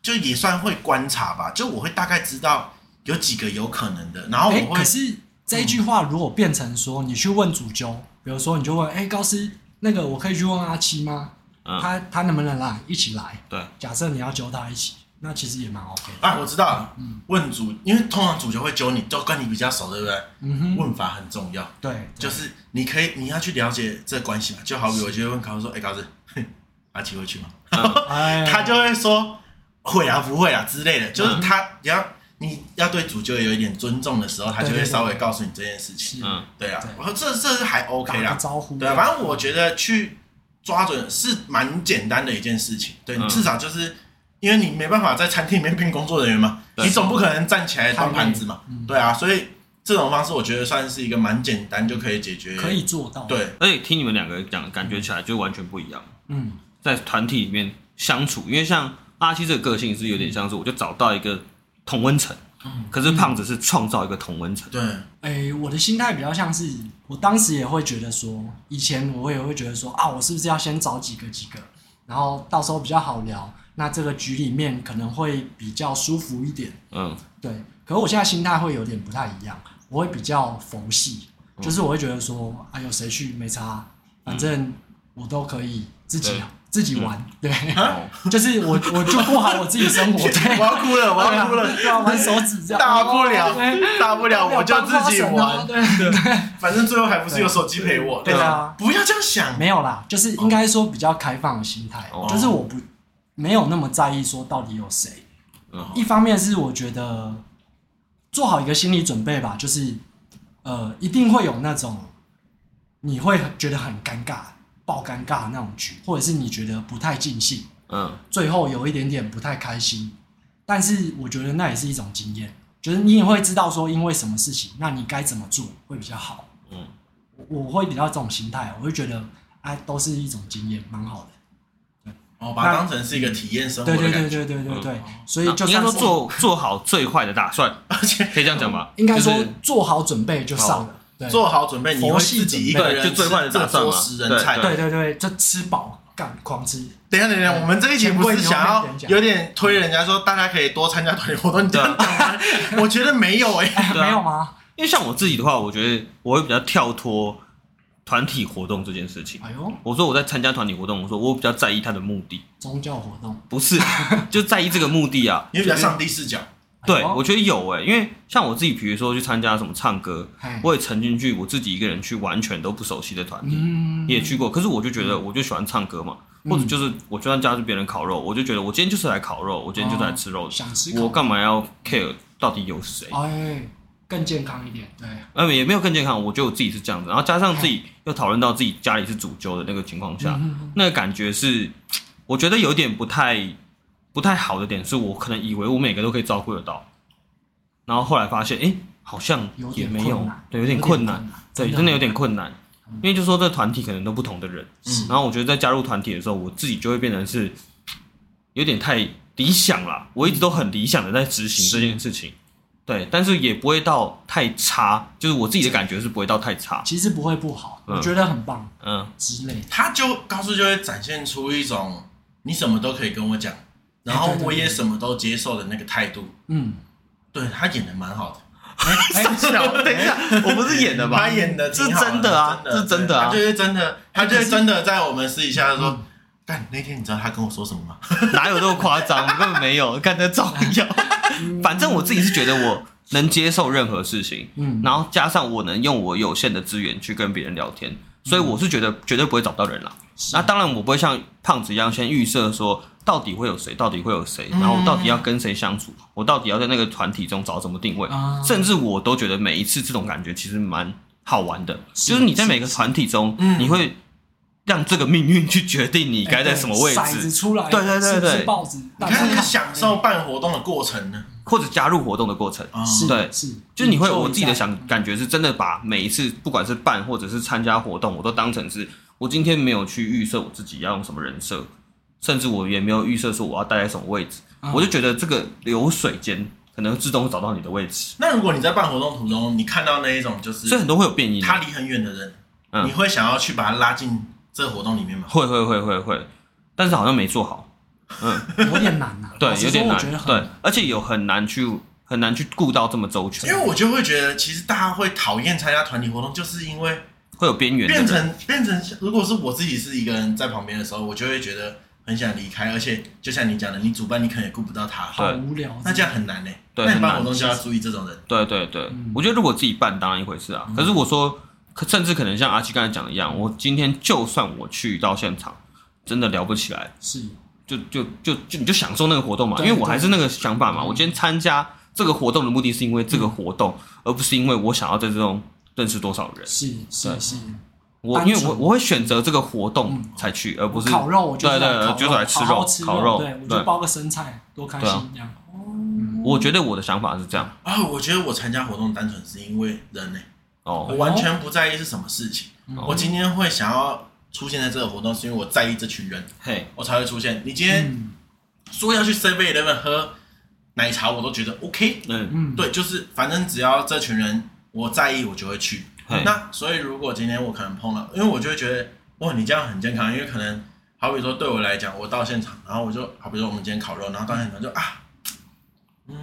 Speaker 2: 就也算会观察吧，就我会大概知道有几个有可能的，然后
Speaker 3: 哎，
Speaker 2: 哦我会
Speaker 3: 可是这一句话如果变成说你去问主揪，比如说你就问，哎，高师，那个我可以去问阿七吗？
Speaker 1: 嗯
Speaker 3: 他他能不能来一起来？
Speaker 1: 对，
Speaker 3: 假设你要揪他一起，那其实也蛮 OK 的。
Speaker 2: 啊，我知道了
Speaker 3: 嗯。
Speaker 2: 问主，因为通常主角会揪你，都跟你比较熟，对不对？
Speaker 3: 嗯哼，
Speaker 2: 问法很重要。
Speaker 3: 对，对
Speaker 2: 就是你可以，你要去了解这关系嘛。就好比我就会问高说：“哎、高志，哼阿奇会去吗？”
Speaker 3: 哎
Speaker 2: 他就会说：“会啊，不会啊之类的。”就是
Speaker 3: 嗯
Speaker 2: 他，你要你要对主角有一点尊重的时候，他就
Speaker 3: 对
Speaker 2: 会
Speaker 3: 对对
Speaker 2: 稍微告诉你这件事情。
Speaker 3: 是
Speaker 1: 嗯，
Speaker 2: 对啊
Speaker 3: 对，
Speaker 2: 我说这这是还 OK
Speaker 3: 打个
Speaker 2: 啦。
Speaker 3: 招呼，
Speaker 2: 对啊，反正我觉得去抓准是蛮简单的一件事情。对，
Speaker 1: 嗯
Speaker 2: 至少就是因为你没办法在餐厅里面变 工作人员嘛，
Speaker 1: 对
Speaker 2: 你总不可能站起来端盘子嘛。
Speaker 3: 嗯
Speaker 2: 对啊，所以这种方式我觉得算是一个蛮简单就可以解决。
Speaker 3: 可以做到，，
Speaker 2: 对，
Speaker 1: 而且听你们两个讲，感觉起来就完全不一样，
Speaker 3: 嗯，
Speaker 1: 在团体里面相处，因为像阿七这个个性是有点像是，我就找到一个同温层，
Speaker 3: 嗯
Speaker 1: 可是胖子是创造一个同温层，
Speaker 2: 对，
Speaker 3: 哎，我的心态比较像是，我当时也会觉得说，以前我也会觉得说啊，我是不是要先找几个几个，然后到时候比较好聊，那这个局里面可能会比较舒服一点，
Speaker 1: 嗯，
Speaker 3: 对。可是我现在心态会有点不太一样，我会比较佛系，
Speaker 2: 嗯
Speaker 3: 就是我会觉得说，哎呦，谁去没差，反正我都可以自己
Speaker 1: 对
Speaker 3: 自己玩，
Speaker 2: 嗯
Speaker 3: 对， 啊
Speaker 1: 哦
Speaker 3: 就是我我就过好我自己生活，对
Speaker 2: 我，要哭了，我
Speaker 3: 对啊
Speaker 2: 要哭了，
Speaker 3: 对啊，玩手指这样，
Speaker 2: 大不了
Speaker 3: 对
Speaker 2: 大不了我就自己
Speaker 3: 没有帮花
Speaker 2: 玩
Speaker 3: 神，啊对
Speaker 2: 反正最后还不是有手机陪我。
Speaker 3: 对
Speaker 2: 吧
Speaker 3: 啊，
Speaker 2: 不要这样想。
Speaker 3: 没有啦，就是应该说比较开放的心态，
Speaker 1: 哦
Speaker 3: 就是我不没有那么在意说到底有谁。
Speaker 1: 嗯
Speaker 3: 一方面是我觉得做好一个心理准备吧，就是呃，一定会有那种你会觉得很尴尬、爆尴尬的那种局，或者是你觉得不太尽兴，
Speaker 1: 嗯，
Speaker 3: 最后有一点点不太开心，但是我觉得那也是一种经验，就是你也会知道说因为什么事情，那你该怎么做会比较好。
Speaker 1: 嗯
Speaker 3: 我，我会比较这种心态，我会觉得哎，都是一种经验，蛮好的。
Speaker 2: 哦，把它当成是一个体验生活
Speaker 3: 对
Speaker 2: 的
Speaker 3: 对
Speaker 2: 感
Speaker 3: 对
Speaker 2: 觉。
Speaker 3: 对对对对
Speaker 2: 嗯，
Speaker 3: 所以就
Speaker 1: 应该
Speaker 3: 算
Speaker 1: 说
Speaker 3: 是
Speaker 1: 做做好最坏的打算，
Speaker 2: 而且
Speaker 1: 可以这样讲吧？
Speaker 3: 应该说
Speaker 1: 就是
Speaker 3: 做好准备就上了。对
Speaker 2: 做好准备，你会自己一个人
Speaker 1: 对就最坏的打算嘛
Speaker 2: 做十人菜。
Speaker 3: 对对对，就吃饱干狂吃，
Speaker 2: 等一下，等一下，
Speaker 3: 对
Speaker 2: 我们这一集不是想
Speaker 3: 前辈你要不要跟
Speaker 2: 要
Speaker 3: 人讲
Speaker 2: 有点推人家说大家可以多参加团体活动，你这样讲 吗？我觉得没有哎，
Speaker 1: 对啊
Speaker 3: 没有吗？
Speaker 1: 因为像我自己的话，我觉得我会比较跳脱团体活动这件事情。
Speaker 3: 哎呦，
Speaker 1: 我说我在参加团体活动，我说我比较在意它的目的，
Speaker 3: 宗教活动，
Speaker 1: 不是 就在意这个目的啊。
Speaker 2: 你比较上帝视角。
Speaker 3: 哎
Speaker 1: 对，
Speaker 3: 呦
Speaker 1: 我觉得有欸诶、因为像我自己，比如说去参加什么唱歌，
Speaker 3: 嘿
Speaker 1: 我也曾经去我自己一个人去完全都不熟悉的团体，
Speaker 3: 嗯，
Speaker 1: 也去过。可是我就觉得，我就喜欢唱歌嘛，或者就是我就算家去别人烤肉，我就觉得我今天就是来烤肉，我今天就是来吃肉的，
Speaker 3: 想吃
Speaker 1: 我
Speaker 3: 烤，
Speaker 1: 干嘛要 care 到底有谁？
Speaker 3: 哎，更健康一点，对，
Speaker 1: 呃，也没有更健康，我觉得我自己是这样子，然后加上自己又讨论到自己家里是主修的那个情况下，
Speaker 3: 嗯
Speaker 1: 那个感觉是，我觉得有点不太不太好的点是，我可能以为我每个都可以照顾得到，然后后来发现，哎、好像
Speaker 3: 有
Speaker 1: 也
Speaker 3: 点
Speaker 1: 没
Speaker 3: 困
Speaker 1: 有
Speaker 3: 难，，
Speaker 1: 对，有点困难，
Speaker 3: 难，
Speaker 1: 对，真的有点困难，因为就说这团体可能都不同的人，
Speaker 2: 嗯
Speaker 1: 然后我觉得在加入团体的时候，我自己就会变成是有点太理想啦，我一直都很理想的在执行这件事情，对，但是也不会到太差，就是我自己的感觉是不会到太差，
Speaker 3: 其实不会不好，
Speaker 1: 嗯
Speaker 3: 我觉得很棒
Speaker 1: 嗯，
Speaker 3: 之类的。
Speaker 2: 他就高数就会展现出一种你什么都可以跟我讲，然后
Speaker 3: 对对对
Speaker 2: 我也什么都接受的那个态度。
Speaker 3: 嗯，
Speaker 2: 对他演的蛮好的，
Speaker 3: 哎，
Speaker 1: 等一下，我不是演的
Speaker 2: 他演的
Speaker 1: 是真的啊，是真的啊
Speaker 2: 他就，是真的，他就是真的在我们私底下说，
Speaker 1: 嗯
Speaker 2: 但那天你知道他跟我说什么吗？
Speaker 1: 哪有那么夸张？根本没有，看得造谣。反正我自己是觉得我能接受任何事情，
Speaker 3: 嗯，
Speaker 1: 然后加上我能用我有限的资源去跟别人聊天，所以我是觉得绝对不会找不到人啦。
Speaker 3: 是
Speaker 1: 那当然，我不会像胖子一样先预设说到底会有谁，到底会有谁，然后我到底要跟谁相处，我到底要在那个团体中找怎么定位，
Speaker 3: 啊
Speaker 1: 甚至我都觉得每一次这种感觉其实蛮好玩的，
Speaker 3: 是
Speaker 1: 就是你在每个团体中，
Speaker 2: 嗯
Speaker 1: 你会让这个命运去决定你该在什么位
Speaker 3: 哎对骰子
Speaker 1: 置，
Speaker 3: 出来，
Speaker 1: 对对对
Speaker 3: 是不是
Speaker 1: 对
Speaker 3: 报纸，你
Speaker 2: 你看，享
Speaker 3: 哎
Speaker 2: 受办活动的过程呢。
Speaker 1: 或者加入活动的过程。
Speaker 2: 啊
Speaker 3: 是
Speaker 1: 对
Speaker 3: 是，
Speaker 1: 就是你会，
Speaker 3: enjoy
Speaker 1: 我自己的
Speaker 3: 一下
Speaker 1: 想感觉是真的把每一次不管是办或者是参加活动，我都当成是我今天没有去预设我自己要用什么人设，甚至我也没有预设说我要待在什么位置，
Speaker 3: 嗯
Speaker 1: 我就觉得这个流水间可能自动会找到你的位置，
Speaker 2: 那如果你在办活动途中，你看到那一种就是
Speaker 1: 所以很多会有变音。啊
Speaker 2: 他离很远的人，
Speaker 1: 嗯
Speaker 2: 你会想要去把他拉进这活动里面吗？
Speaker 1: 会会会会会，但是好像没做好，。
Speaker 3: 有点难呐
Speaker 1: 对
Speaker 3: 老，实
Speaker 1: 有点
Speaker 3: 哦说
Speaker 1: 难
Speaker 3: 我觉得，很
Speaker 1: 对，而且有很难去很难去顾到这么周全
Speaker 2: 因，为我就会觉得，其实大家会讨厌参加团体活动，就是因为
Speaker 1: 会有边缘的
Speaker 2: 变
Speaker 1: 人，
Speaker 2: 成变成，如果是我自己是一个人在旁边的时候，我就会觉得很想离开，而且就像你讲的，你主办你可能也顾不到他，
Speaker 1: 对
Speaker 3: 好无聊。
Speaker 2: 那这样很难呢、
Speaker 1: 对
Speaker 2: 那你办
Speaker 1: 很难
Speaker 2: 活动就要注意这种人，
Speaker 1: 对对对，
Speaker 3: 嗯
Speaker 1: 我觉得如果自己办当然一回事啊，可是我说，可甚至可能像阿七刚才讲的一样，我今天就算我去到现场，真的聊不起来，
Speaker 3: 是
Speaker 1: 就就就就你就享受那个活动嘛，因
Speaker 3: 对
Speaker 1: 为我还
Speaker 3: 对嗯
Speaker 1: 是那个想法嘛，我今天参加这个活动的目的是因为这个活动，而不是因为我想要在这中认识多少人。
Speaker 3: 是是
Speaker 1: 对
Speaker 3: 是，
Speaker 1: 我
Speaker 3: 单
Speaker 1: 因
Speaker 3: 纯
Speaker 1: 为我我会选择这个活动才去，而不是
Speaker 3: 烤肉，我就
Speaker 1: 对
Speaker 3: 是来
Speaker 1: 对，
Speaker 3: 烤
Speaker 1: 对就是来吃
Speaker 3: 好好
Speaker 1: 肉
Speaker 3: 吃
Speaker 1: 烤肉，
Speaker 3: 对，我
Speaker 1: 对
Speaker 3: 就，包个生菜，多开
Speaker 1: 对啊
Speaker 3: 心这样。哦
Speaker 1: 我觉得我的想法是这样
Speaker 2: 啊、我觉得我参加活动单纯是因为人欸呢、
Speaker 1: 哦
Speaker 2: 我，完全不在意是什么事情。
Speaker 1: 哦
Speaker 2: 我今天会想要出现在这个活动，是因为我在意这群人，
Speaker 1: 嘿，
Speaker 2: 我才会出现。你今天
Speaker 3: 嗯
Speaker 2: 说要去 Seven Eleven 喝奶茶，我都觉得 OK。
Speaker 1: 嗯
Speaker 3: 嗯，
Speaker 2: 对，就是反正只要这群人我在意，我就会去。
Speaker 1: 嘿，
Speaker 2: 那所以如果今天我可能碰到，因为我就会觉得哇，你这样很健康，因为可能好比说对我来讲，我到现场，然后我就好比说我们今天烤肉，然后到现场就啊，嗯，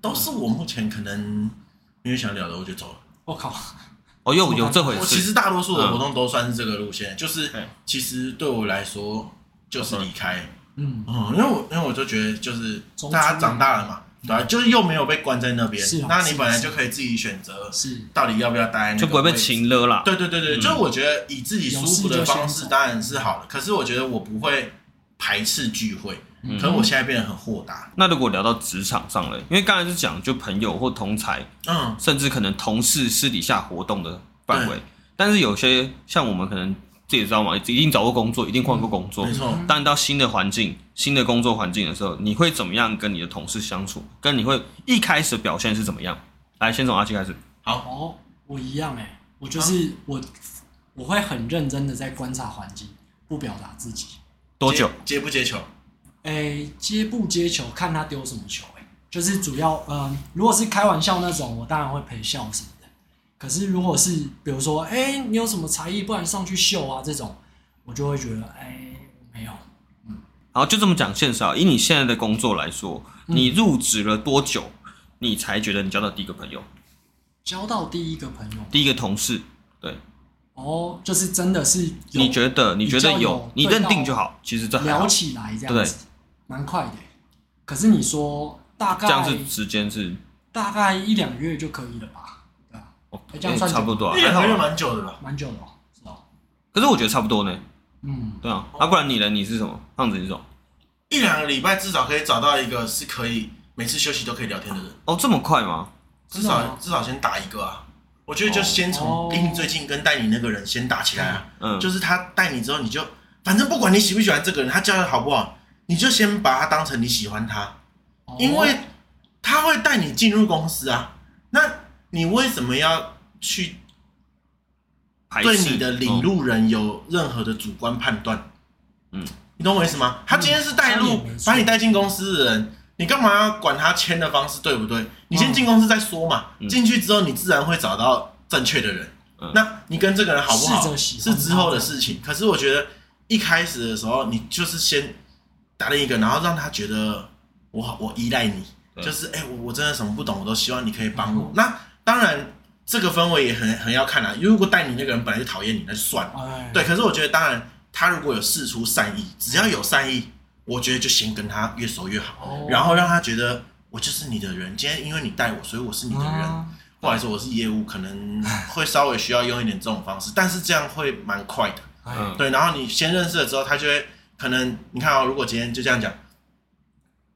Speaker 2: 都是我目前可能因为想聊的我就走了。
Speaker 3: 我靠，
Speaker 1: 哦，有有这回
Speaker 2: 我其
Speaker 1: 事，
Speaker 2: 实大多数的活动都算是这个路线，就是
Speaker 1: 嗯
Speaker 2: 其实对我来说就是离开，
Speaker 3: 嗯，
Speaker 2: 嗯，因为我因为我就觉得就是
Speaker 3: 中
Speaker 2: 大家
Speaker 3: 间
Speaker 2: 长大了嘛，对啊，就是又没有被关在那边
Speaker 3: 是啊，
Speaker 2: 那
Speaker 3: 是
Speaker 2: 你
Speaker 3: 啊
Speaker 2: 本来
Speaker 3: 是啊
Speaker 2: 就可以自己选择
Speaker 3: 是
Speaker 2: 到底要不要待在那个
Speaker 1: 就不会被
Speaker 2: 位置
Speaker 1: 擒了啦。
Speaker 2: 对对对对，
Speaker 1: 嗯
Speaker 2: 就是我觉得以自己舒服的
Speaker 3: 有
Speaker 2: 方
Speaker 3: 事就
Speaker 2: 式
Speaker 3: 先
Speaker 2: 当然是好的，可是我觉得我不会排斥聚会，
Speaker 1: 嗯
Speaker 2: 可是我现在变得很豁达，
Speaker 1: 那如果聊到职场上了，因为刚才是讲就朋友或同才，
Speaker 2: 嗯，
Speaker 1: 甚至可能同事私底下活动的范围，但是有些像我们可能自己知道嘛，一定找过工作，一定换过工作
Speaker 2: 没，错，
Speaker 1: 当你到新的环境、新的工作环境的时候，你会怎么样跟你的同事相处？跟你会一开始表现是怎么样？来，先从阿七开始。
Speaker 3: 哦，我一样哎、我就是、我，我会很认真的在观察环境，不表达自己。
Speaker 1: 多久？
Speaker 2: 接接不接球？
Speaker 3: 哎、接不接球，看他丢什么球、哎，就是主要，嗯、如果是开玩笑那种，我当然会陪笑什么的。可是如果是比如说，哎、你有什么才艺，不然上去秀啊这种，我就会觉得，哎、没有，
Speaker 1: 好，就这么讲现实啊。以你现在的工作来说，
Speaker 3: 嗯
Speaker 1: 你入职了多久，你才觉得你交到第一个朋友、
Speaker 3: 交到第一个朋友，
Speaker 1: 第一个同事？对，
Speaker 3: 哦，就是真的是有
Speaker 1: 你觉得你觉得
Speaker 3: 比较有
Speaker 1: 你
Speaker 3: 对
Speaker 1: 认定
Speaker 3: 到
Speaker 1: 就好。其实这还好
Speaker 3: 聊，起来这样子，蛮快的、可是你说大
Speaker 1: 这样
Speaker 3: 概
Speaker 1: 是时间是
Speaker 3: 大概一两个月就可以了吧？对啊，
Speaker 1: 哦
Speaker 3: 哎这样算
Speaker 1: 差不多啊，
Speaker 2: 一
Speaker 1: 还
Speaker 2: 两
Speaker 1: 好
Speaker 2: 个月
Speaker 1: 啊。
Speaker 2: 蛮久的吧？
Speaker 3: 蛮久的、哦，是哦。
Speaker 1: 可是我觉得差不多呢。
Speaker 3: 嗯，
Speaker 1: 对啊，
Speaker 2: 哦
Speaker 1: 啊，不然你呢？你是什么？胖子你是什么？
Speaker 2: 一两个礼拜至少可以找到一个是可以每次休息都可以聊天的人，
Speaker 1: 哦，这么快吗？
Speaker 2: 至
Speaker 3: 真的
Speaker 2: 少
Speaker 3: 吗
Speaker 2: 至少先打一个啊。我觉得就
Speaker 1: 哦
Speaker 2: 先从
Speaker 3: 哦
Speaker 2: 离你最近跟带你那个人先打起来啊，
Speaker 1: 嗯，
Speaker 2: 就是他带你之后，你就反正不管你喜不喜欢这个人，他教的好不好，你就先把他当成你喜欢他。
Speaker 3: 哦
Speaker 2: 因为他会带你进入公司啊。那你为什么要去
Speaker 1: 还
Speaker 2: 对
Speaker 1: 是
Speaker 2: 你的领路人有任何的主观判断？
Speaker 1: 嗯，
Speaker 2: 你懂我意思吗？他今天是带
Speaker 3: 好像
Speaker 2: 路
Speaker 3: 也嗯没，错
Speaker 2: 把你带进公司的人，你干嘛要管他签的方式对不对？你先进公司再说嘛。
Speaker 1: 嗯
Speaker 2: 进去之后，你自然会找到正确的人。
Speaker 1: 嗯
Speaker 2: 那你跟这个人好不
Speaker 3: 试
Speaker 2: 好
Speaker 3: 着喜
Speaker 2: 是
Speaker 3: 欢他
Speaker 2: 之后的事情。可是我觉得一开始的时候，你就是先打另一个，然后让他觉得我好我依赖你，
Speaker 1: 对
Speaker 2: 就是哎、我我真的什么不懂，我都希望你可以帮我。那当然，这个氛围也很很要看啦、啊因为如果带你那个人本来就讨厌你，那就算了。
Speaker 3: 哎，
Speaker 2: 对，可是我觉得当然，他如果有试出善意，只要有善意，我觉得就先跟他越熟越好，
Speaker 3: 哦
Speaker 2: 然后让他觉得我就是你的人。今天因为你带我，所以我是你的人。
Speaker 3: 啊
Speaker 2: 或者说我是业务，可能会稍微需要用一点这种方式，但是这样会蛮快的。
Speaker 3: 哎
Speaker 1: 嗯
Speaker 2: 对，然后你先认识了之后，他就会可能你看哦，如果今天就这样讲，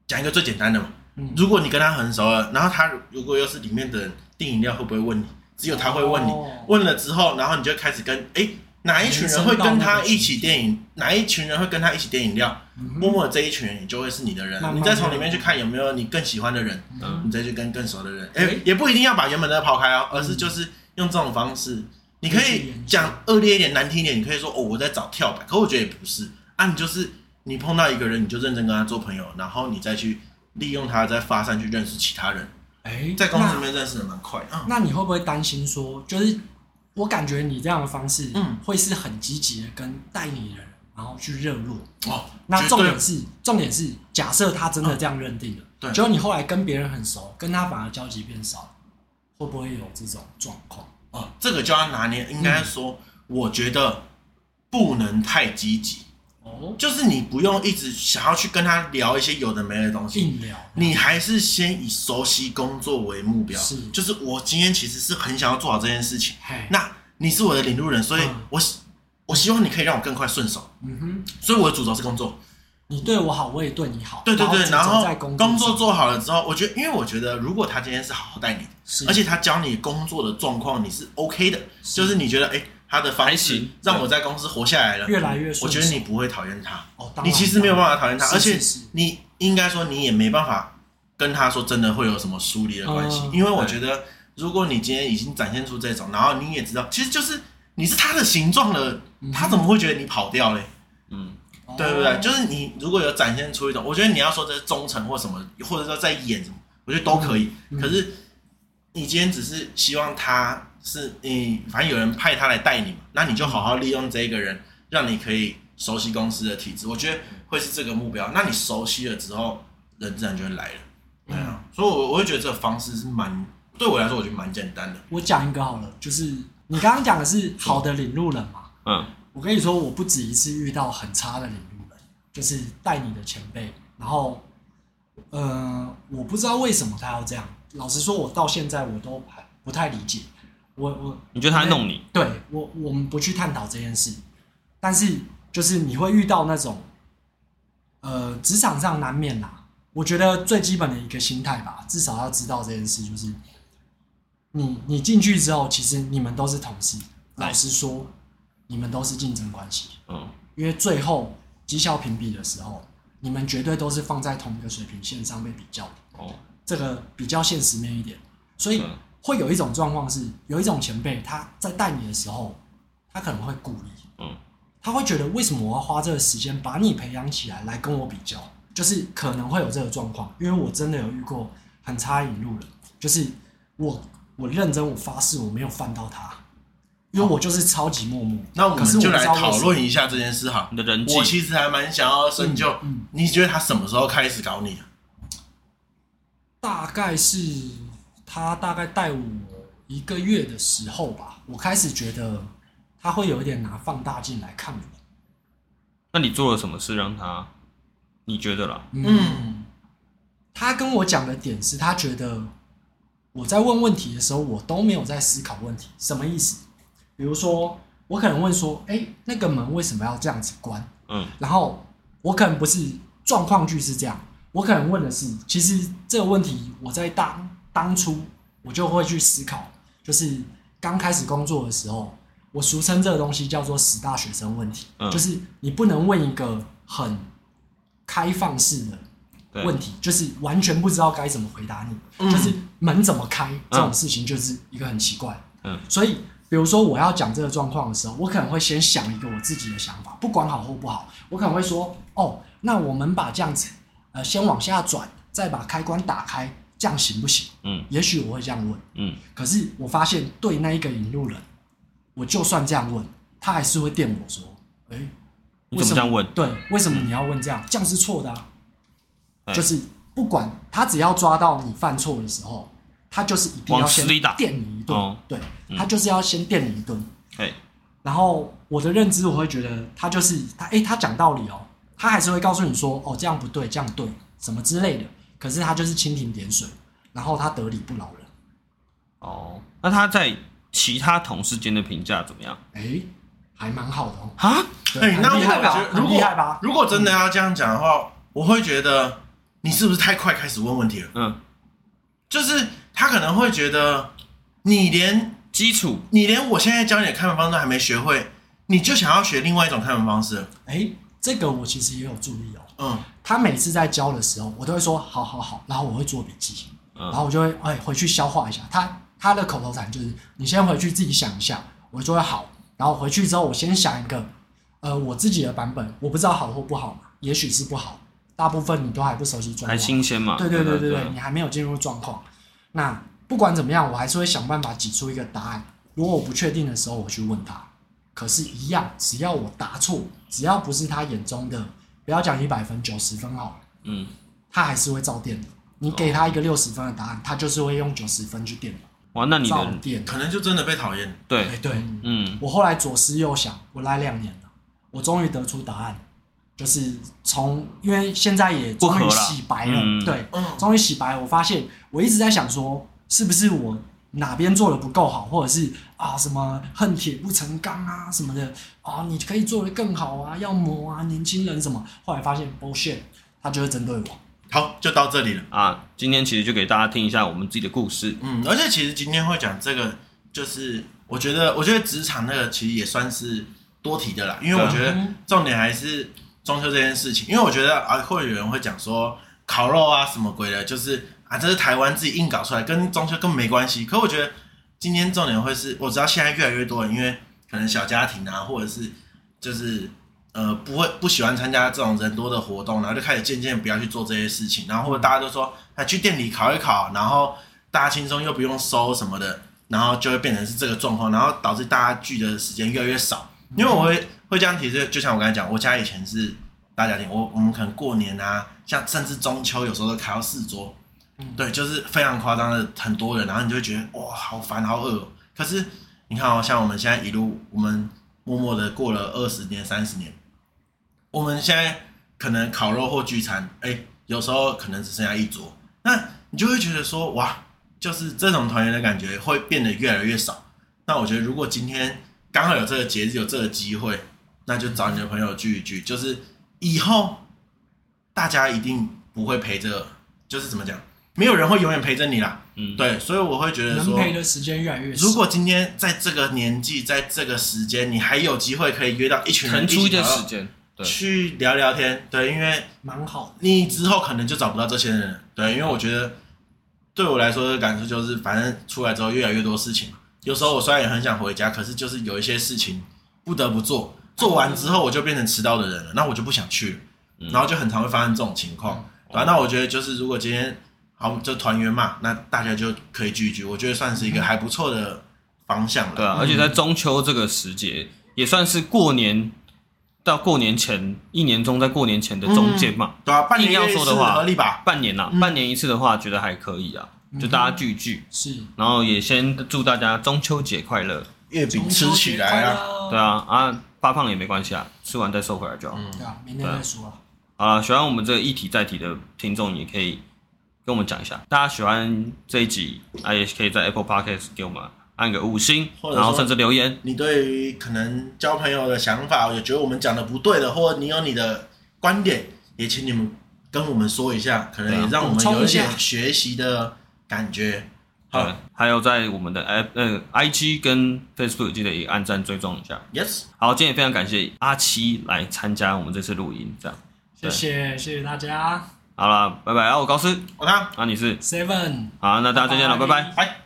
Speaker 2: 讲一个最简单的嘛，
Speaker 3: 嗯
Speaker 2: 如果你跟他很熟了，然后他如果又是里面的人订饮料，会不会问你？只有他会问你，
Speaker 3: 哦
Speaker 2: 问了之后，然后你就开始跟哎哪一群人会跟他一起电影，哪一群人会跟他一起电饮料，
Speaker 3: 嗯
Speaker 2: 默默的这一群人也就会是你的人，
Speaker 3: 慢慢
Speaker 2: 你再从里面去看有没有你更喜欢的人，
Speaker 1: 嗯
Speaker 2: 你再去跟更熟的人，哎、
Speaker 3: 诶
Speaker 2: 也不一定要把原本的抛开哦，而是就是用这种方式，你可以讲恶劣一点、难听一点，你可以说哦我在找跳板，可我觉得也不是啊，你就是你碰到一个人，你就认真跟他做朋友，然后你再去利用他再发散去认识其他人，
Speaker 3: 哎，
Speaker 2: 在公司里
Speaker 3: 那
Speaker 2: 面认识的蛮快，嗯，
Speaker 3: 那你会不会担心说，就是我感觉你这样的方式，
Speaker 2: 嗯
Speaker 3: 会是很积极的跟带你的人，然后去热络。
Speaker 2: 哦，
Speaker 3: 那
Speaker 2: 绝
Speaker 3: 重
Speaker 2: 对
Speaker 3: 点是，重点是，假设他真的这样认定了，
Speaker 2: 对
Speaker 3: 结果你后来跟别人很熟，跟他反而交集变少了，会不会有这种状况？
Speaker 2: 哦，这个就要拿捏，应该说，我觉得不能太积极，
Speaker 3: 哦，
Speaker 2: 就是你不用一直想要去跟他聊一些有的没的东西，
Speaker 3: 硬聊，
Speaker 2: 你还是先以熟悉工作为目标，
Speaker 3: 是
Speaker 2: 就是我今天其实是很想要做好这件事情。
Speaker 3: 嘿，
Speaker 2: 那你是我的领路人，所以
Speaker 3: 嗯
Speaker 2: 我希、我希望你可以让我更快顺手，
Speaker 3: 嗯哼，
Speaker 2: 所以我的主轴是工作。
Speaker 3: 你对我好，我也对你好，
Speaker 2: 对对对，然
Speaker 3: 后
Speaker 2: 后
Speaker 3: 在工
Speaker 2: 工作
Speaker 3: 作上
Speaker 2: 做好了之后，我觉得，因为我觉得如果他今天是好好带你，
Speaker 3: 是，
Speaker 2: 而且他教你工作的状况，你是 OK 的，
Speaker 3: 是
Speaker 2: 就是你觉得哎、诶他的
Speaker 1: 还
Speaker 2: 方式
Speaker 1: 行
Speaker 2: 让我在公司活下来了，
Speaker 3: 越来越
Speaker 2: 我
Speaker 3: 顺手
Speaker 2: 觉得你不会讨厌他。
Speaker 3: 哦，当然
Speaker 2: 你其实没有办法讨厌他，
Speaker 3: 是
Speaker 2: 而且
Speaker 3: 是是
Speaker 2: 你应该说你也没办法跟他说真的会有什么疏离的关系，
Speaker 3: 嗯
Speaker 2: 因为我觉得如果你今天已经展现出这种，然后你也知道，其实就是你是他的形状了，
Speaker 3: 嗯
Speaker 2: 他怎么会觉得你跑掉嘞？
Speaker 1: 嗯，
Speaker 3: 哦
Speaker 2: 对不对？就是你如果有展现出一种，我觉得你要说这是忠诚或什么，或者说在演什么，我觉得都可以。
Speaker 3: 嗯嗯
Speaker 2: 可是你今天只是希望他是你，反正有人派他来带你嘛，那你就好好利用这个人，让你可以熟悉公司的体制。我觉得会是这个目标。那你熟悉了之后，人自然就会来了。对
Speaker 3: 哦
Speaker 2: 啊，所以我我会觉得这个方式是蛮对我来说，我觉得蛮简单的。
Speaker 3: 我讲一个好了，就是你刚刚讲的是好的领路人嘛，
Speaker 1: 嗯，
Speaker 3: 我跟你说，我不止一次遇到很差的领路人，就是带你的前辈，然后，呃，我不知道为什么他要这样。老实说，我到现在我都还不太理解。我我
Speaker 1: 你觉得他在弄你？
Speaker 3: 对我我们不去探讨这件事，但是就是你会遇到那种，呃，职场上难免啦。我觉得最基本的一个心态吧，至少要知道这件事，就是你你进去之后，其实你们都是同事。
Speaker 1: 对
Speaker 3: 老实说，你们都是竞争关系，
Speaker 1: 嗯，
Speaker 3: 因为最后绩效评比的时候，你们绝对都是放在同一个水平线上被比较的。
Speaker 1: 哦，
Speaker 3: 这个比较现实面一点，所以
Speaker 1: 嗯
Speaker 3: 会有一种状况是，有一种前辈他在带你的时候，他可能会故意，
Speaker 1: 嗯，
Speaker 3: 他会觉得为什么我要花这个时间把你培养起来来跟我比较，就是可能会有这个状况，因为我真的有遇过很差引路人，就是我我认真我发誓我没有犯到他，因为我就是超级默默。
Speaker 2: 那我
Speaker 3: 可是
Speaker 2: 们就来
Speaker 3: 不知道为什么
Speaker 2: 讨论一下这件事哈
Speaker 1: 你。的人际
Speaker 2: 我其实还蛮想要深究，
Speaker 3: 嗯
Speaker 2: 你觉得他什么时候开始搞你、啊？
Speaker 3: 大概是他大概带我一个月的时候吧，我开始觉得他会有一点拿放大镜来看我。
Speaker 1: 那你做了什么事让他？你觉得啦？
Speaker 2: 嗯，
Speaker 3: 他跟我讲的点是他觉得我在问问题的时候，我都没有在思考问题，什么意思？比如说，我可能问说：“哎、那个门为什么要这样子关？”
Speaker 1: 嗯，
Speaker 3: 然后我可能不是状况剧是这样，我可能问的是，其实这个问题我在当当初我就会去思考，就是刚开始工作的时候，我俗称这个东西叫做死大学生问题，
Speaker 1: 嗯
Speaker 3: 就是你不能问一个很开放式的
Speaker 1: 对
Speaker 3: 问题，就是完全不知道该怎么回答你，
Speaker 2: 嗯
Speaker 3: 就是门怎么开这种事情，就是一个很奇怪。
Speaker 1: 嗯，
Speaker 3: 所以，比如说我要讲这个状况的时候，我可能会先想一个我自己的想法，不管好或不好，我可能会说，哦，那我们把这样子，呃，先往下转，再把开关打开，这样行不行？
Speaker 1: 嗯
Speaker 3: 也许我会这样问，
Speaker 1: 嗯，
Speaker 3: 可是我发现对那一个引路人，我就算这样问，他还是会电我说，哎、
Speaker 1: 你怎么
Speaker 3: 为什
Speaker 1: 这样问？
Speaker 3: 对，为什么你要问这样？这样是错的啊。
Speaker 1: 哎
Speaker 3: 就是不管他只要抓到你犯错的时候，他就是一定要
Speaker 1: 往死
Speaker 3: 先
Speaker 1: 里打
Speaker 3: 电你一顿。
Speaker 1: 哦
Speaker 3: 对
Speaker 1: 嗯，
Speaker 3: 他就是要先电你一顿。
Speaker 1: 哎，
Speaker 3: 然后我的认知，我会觉得他就是他，诶，他讲道理哦，他还是会告诉你说，哦，这样不对，这样对，什么之类的。可是他就是蜻蜓点水，然后他得理不饶人。
Speaker 1: 哦，那他在其他同事间的评价怎么样？
Speaker 3: 诶，还蛮好的哦，
Speaker 1: 啊，
Speaker 3: 对
Speaker 2: 哎、那
Speaker 3: 很
Speaker 2: 我
Speaker 3: 厉害吧
Speaker 2: 觉得？如
Speaker 3: 很厉害
Speaker 2: 果
Speaker 3: 吧？
Speaker 2: 如果真的要这样讲的话，我会觉得你是不是太快开始问问题了？
Speaker 1: 嗯，
Speaker 2: 就是他可能会觉得你连
Speaker 1: 基础
Speaker 2: 你连我现在教你的开门方式都还没学会，你就想要学另外一种开门方式了？
Speaker 3: 诶，这个我其实也有注意哦。
Speaker 2: 嗯，
Speaker 3: 他每次在教的时候，我都会说好好好，然后我会做笔记，
Speaker 1: 嗯
Speaker 3: 然后我就会哎回去消化一下。他他的口头禅就是你先回去自己想一下，我就会好，然后回去之后我先想一个，呃我自己的版本，我不知道好或不好嘛，也许是不好，大部分你都还不熟悉状
Speaker 1: 还
Speaker 3: 况，
Speaker 1: 新鲜嘛？
Speaker 3: 对
Speaker 1: 啊对
Speaker 3: 对对对对，
Speaker 1: 对，
Speaker 3: 你还没有进入状况。那不管怎么样，我还是会想办法挤出一个答案。如果我不确定的时候，我去问他。可是，一样，只要我答错，只要不是他眼中的，不要讲一百分、九十分好了，
Speaker 1: 嗯，
Speaker 3: 他还是会照电的。你给他一个六十分的答案，他就是会用九十分去电你，
Speaker 1: 哇，那你
Speaker 3: 照
Speaker 1: 的
Speaker 3: 电。
Speaker 2: 可能就真的被讨厌。
Speaker 1: 对
Speaker 3: 哎，，对，
Speaker 1: 嗯，
Speaker 3: 我后来左思右想，我来两年了，我终于得出答案，就是从因为现在也终
Speaker 1: 不
Speaker 3: 于
Speaker 1: 合啦
Speaker 3: 洗白了，
Speaker 1: 嗯
Speaker 3: 对，
Speaker 2: 嗯
Speaker 3: 终于洗白，我发现我一直在想说，是不是我哪边做的不够好，或者是啊什么恨铁不成钢啊什么的啊，你可以做的更好啊，要磨啊，年轻人什么。后来发现 bullshit，他就是针对我。
Speaker 2: 好，就到这里了。
Speaker 1: 啊，今天其实就给大家听一下我们自己的故事，
Speaker 2: 嗯，而且其实今天会讲这个，就是我觉得，我觉得职场那个其实也算是多提的啦，因为我觉得重点还是装修这件事情，因为我觉得啊，会有人会讲说烤肉啊什么鬼的，就是啊，这是台湾自己硬搞出来，跟装修根本没关系。可我觉得今天重点会是，我知道现在越来越多人，因为可能小家庭啊，或者是就是呃不会不喜欢参加这种人多的活动，然后就开始渐渐不要去做这些事情，然后或者大家都说，哎、去店里烤一烤，然后大家轻松又不用收什么的，然后就会变成是这个状况，然后导致大家聚的时间越来越少。因为我会会这样提示，就像我刚才讲，我家以前是大家庭，我我们可能过年啊，像甚至中秋有时候都开到四桌，对，就是非常夸张的很多人，然后你就会觉得哇，好烦，好饿哦。可是你看哦，像我们现在一路，我们默默的过了二十年、三十年，我们现在可能烤肉或聚餐，哎，有时候可能只剩下一桌，那你就会觉得说哇，就是这种团圆的感觉会变得越来越少。那我觉得，如果今天刚好有这个节日，有这个机会，那就找你的朋友聚一聚。就是以后大家一定不会陪着，就是怎么讲，没有人会永远陪着你啦。
Speaker 1: 嗯，
Speaker 2: 对，所以我会觉得
Speaker 3: 能
Speaker 2: 说，
Speaker 3: 陪的时间越来越少。
Speaker 2: 如果今天在这个年纪，在这个时间，你还有机会可以约到一群人
Speaker 1: 腾
Speaker 2: 一
Speaker 1: 出一
Speaker 2: 起
Speaker 1: 点
Speaker 2: 聊
Speaker 1: 时
Speaker 2: 聊
Speaker 1: 间，对
Speaker 2: 去聊聊天，对，因为
Speaker 3: 蛮好的，
Speaker 2: 你之后可能就找不到这些人了。对，因为我觉得对我来说的感受就是，反正出来之后越来越多事情嘛。有时候我虽然也很想回家，可是就是有一些事情不得不做，做完之后我就变成迟到的人了，那我就不想去了，
Speaker 1: 嗯
Speaker 2: 然后就很常会发生这种情况。对啊、那我觉得就是如果今天好就团圆嘛，那大家就可以聚一聚，我觉得算是一个还不错的方向了。
Speaker 1: 对啊，而且在中秋这个时节，也算是过年到过年前一年中，在过年前的中间嘛，
Speaker 2: 对啊，半年
Speaker 1: 硬要
Speaker 2: 一
Speaker 1: 说的
Speaker 2: 次
Speaker 1: 话
Speaker 2: 合理吧？
Speaker 1: 半年啦，
Speaker 2: 嗯
Speaker 1: 半年一次的话，觉得还可以啊，就大家聚一聚，
Speaker 3: 是
Speaker 1: 然后也先祝大家中秋节快乐，
Speaker 2: 月饼吃起来啊，
Speaker 3: 啊
Speaker 1: 对啊，啊发胖了也没关系啊，吃完再瘦回来就好。
Speaker 2: 嗯
Speaker 3: 对啊，明天再说啊。
Speaker 1: 好了，喜欢我们这个一体再提的听众也可以跟我们讲一下，大家喜欢这一集，啊也可以在 Apple Podcast 给我们按个五星，
Speaker 2: 或者
Speaker 1: 然后
Speaker 2: 说
Speaker 1: 甚至留言，
Speaker 2: 你对于可能交朋友的想法，也觉得我们讲的不对的，或者你有你的观点，也请你们跟我们说一下，可能
Speaker 1: 对啊
Speaker 2: 也让我
Speaker 3: 补
Speaker 2: 们
Speaker 3: 充
Speaker 2: 有一
Speaker 3: 一下
Speaker 2: 点学习的感觉。
Speaker 1: 对
Speaker 2: 好，
Speaker 1: 还有在我们的 App 呃 IG 跟 Facebook 记得也按赞追踪一下。
Speaker 2: ，yes，
Speaker 1: 好，今天也非常感谢阿七来参加我们这次录音，这样
Speaker 3: 谢谢谢谢大家
Speaker 1: 好了，拜拜啊，我高斯，
Speaker 2: 我看。
Speaker 1: 啊你是，
Speaker 3: ，Seven，
Speaker 1: 好，那大家再见了，拜拜
Speaker 2: 拜。